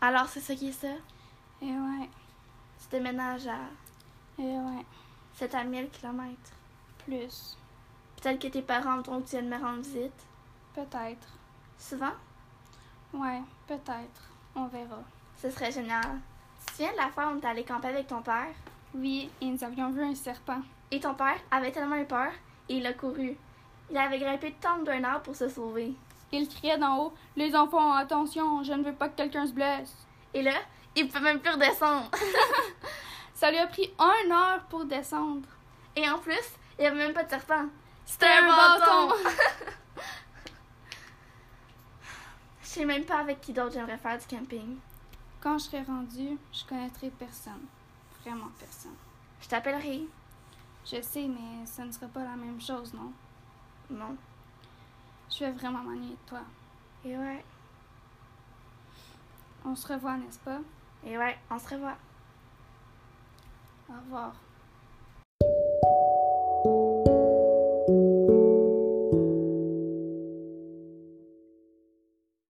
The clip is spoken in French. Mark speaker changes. Speaker 1: Alors, c'est ça qui est ça?
Speaker 2: Et ouais.
Speaker 1: Tu déménages à
Speaker 2: Et ouais.
Speaker 1: 7 à 1000 km.
Speaker 2: Plus.
Speaker 1: Peut-être que tes parents voudront que tu viennes me rendre visite.
Speaker 2: Peut-être.
Speaker 1: Souvent?
Speaker 2: Ouais, peut-être. On verra.
Speaker 1: Ce serait génial. Tu te souviens de la fois où on est allé camper avec ton père?
Speaker 2: Oui, et nous avions vu un serpent.
Speaker 1: Et ton père avait tellement eu peur, et il a couru. Il avait grimpé de tombe d'un arbre pour se sauver.
Speaker 2: Il criait d'en haut Les enfants, attention, je ne veux pas que quelqu'un se blesse.
Speaker 1: Et là, il peut même plus redescendre.
Speaker 2: Ça lui a pris un heure pour descendre.
Speaker 1: Et en plus, il n'y avait même pas de serpent.
Speaker 2: C'était un bâton.
Speaker 1: Je sais même pas avec qui d'autre j'aimerais faire du camping.
Speaker 2: Quand je serai rendue, je connaîtrai personne. Vraiment personne.
Speaker 1: Je t'appellerai.
Speaker 2: Je sais, mais ça ne sera pas la même chose, non?
Speaker 1: Non.
Speaker 2: Je vais vraiment m'ennuyer de toi.
Speaker 1: Et ouais.
Speaker 2: On se revoit, n'est-ce pas?
Speaker 1: Et ouais, on se revoit.
Speaker 2: Au revoir.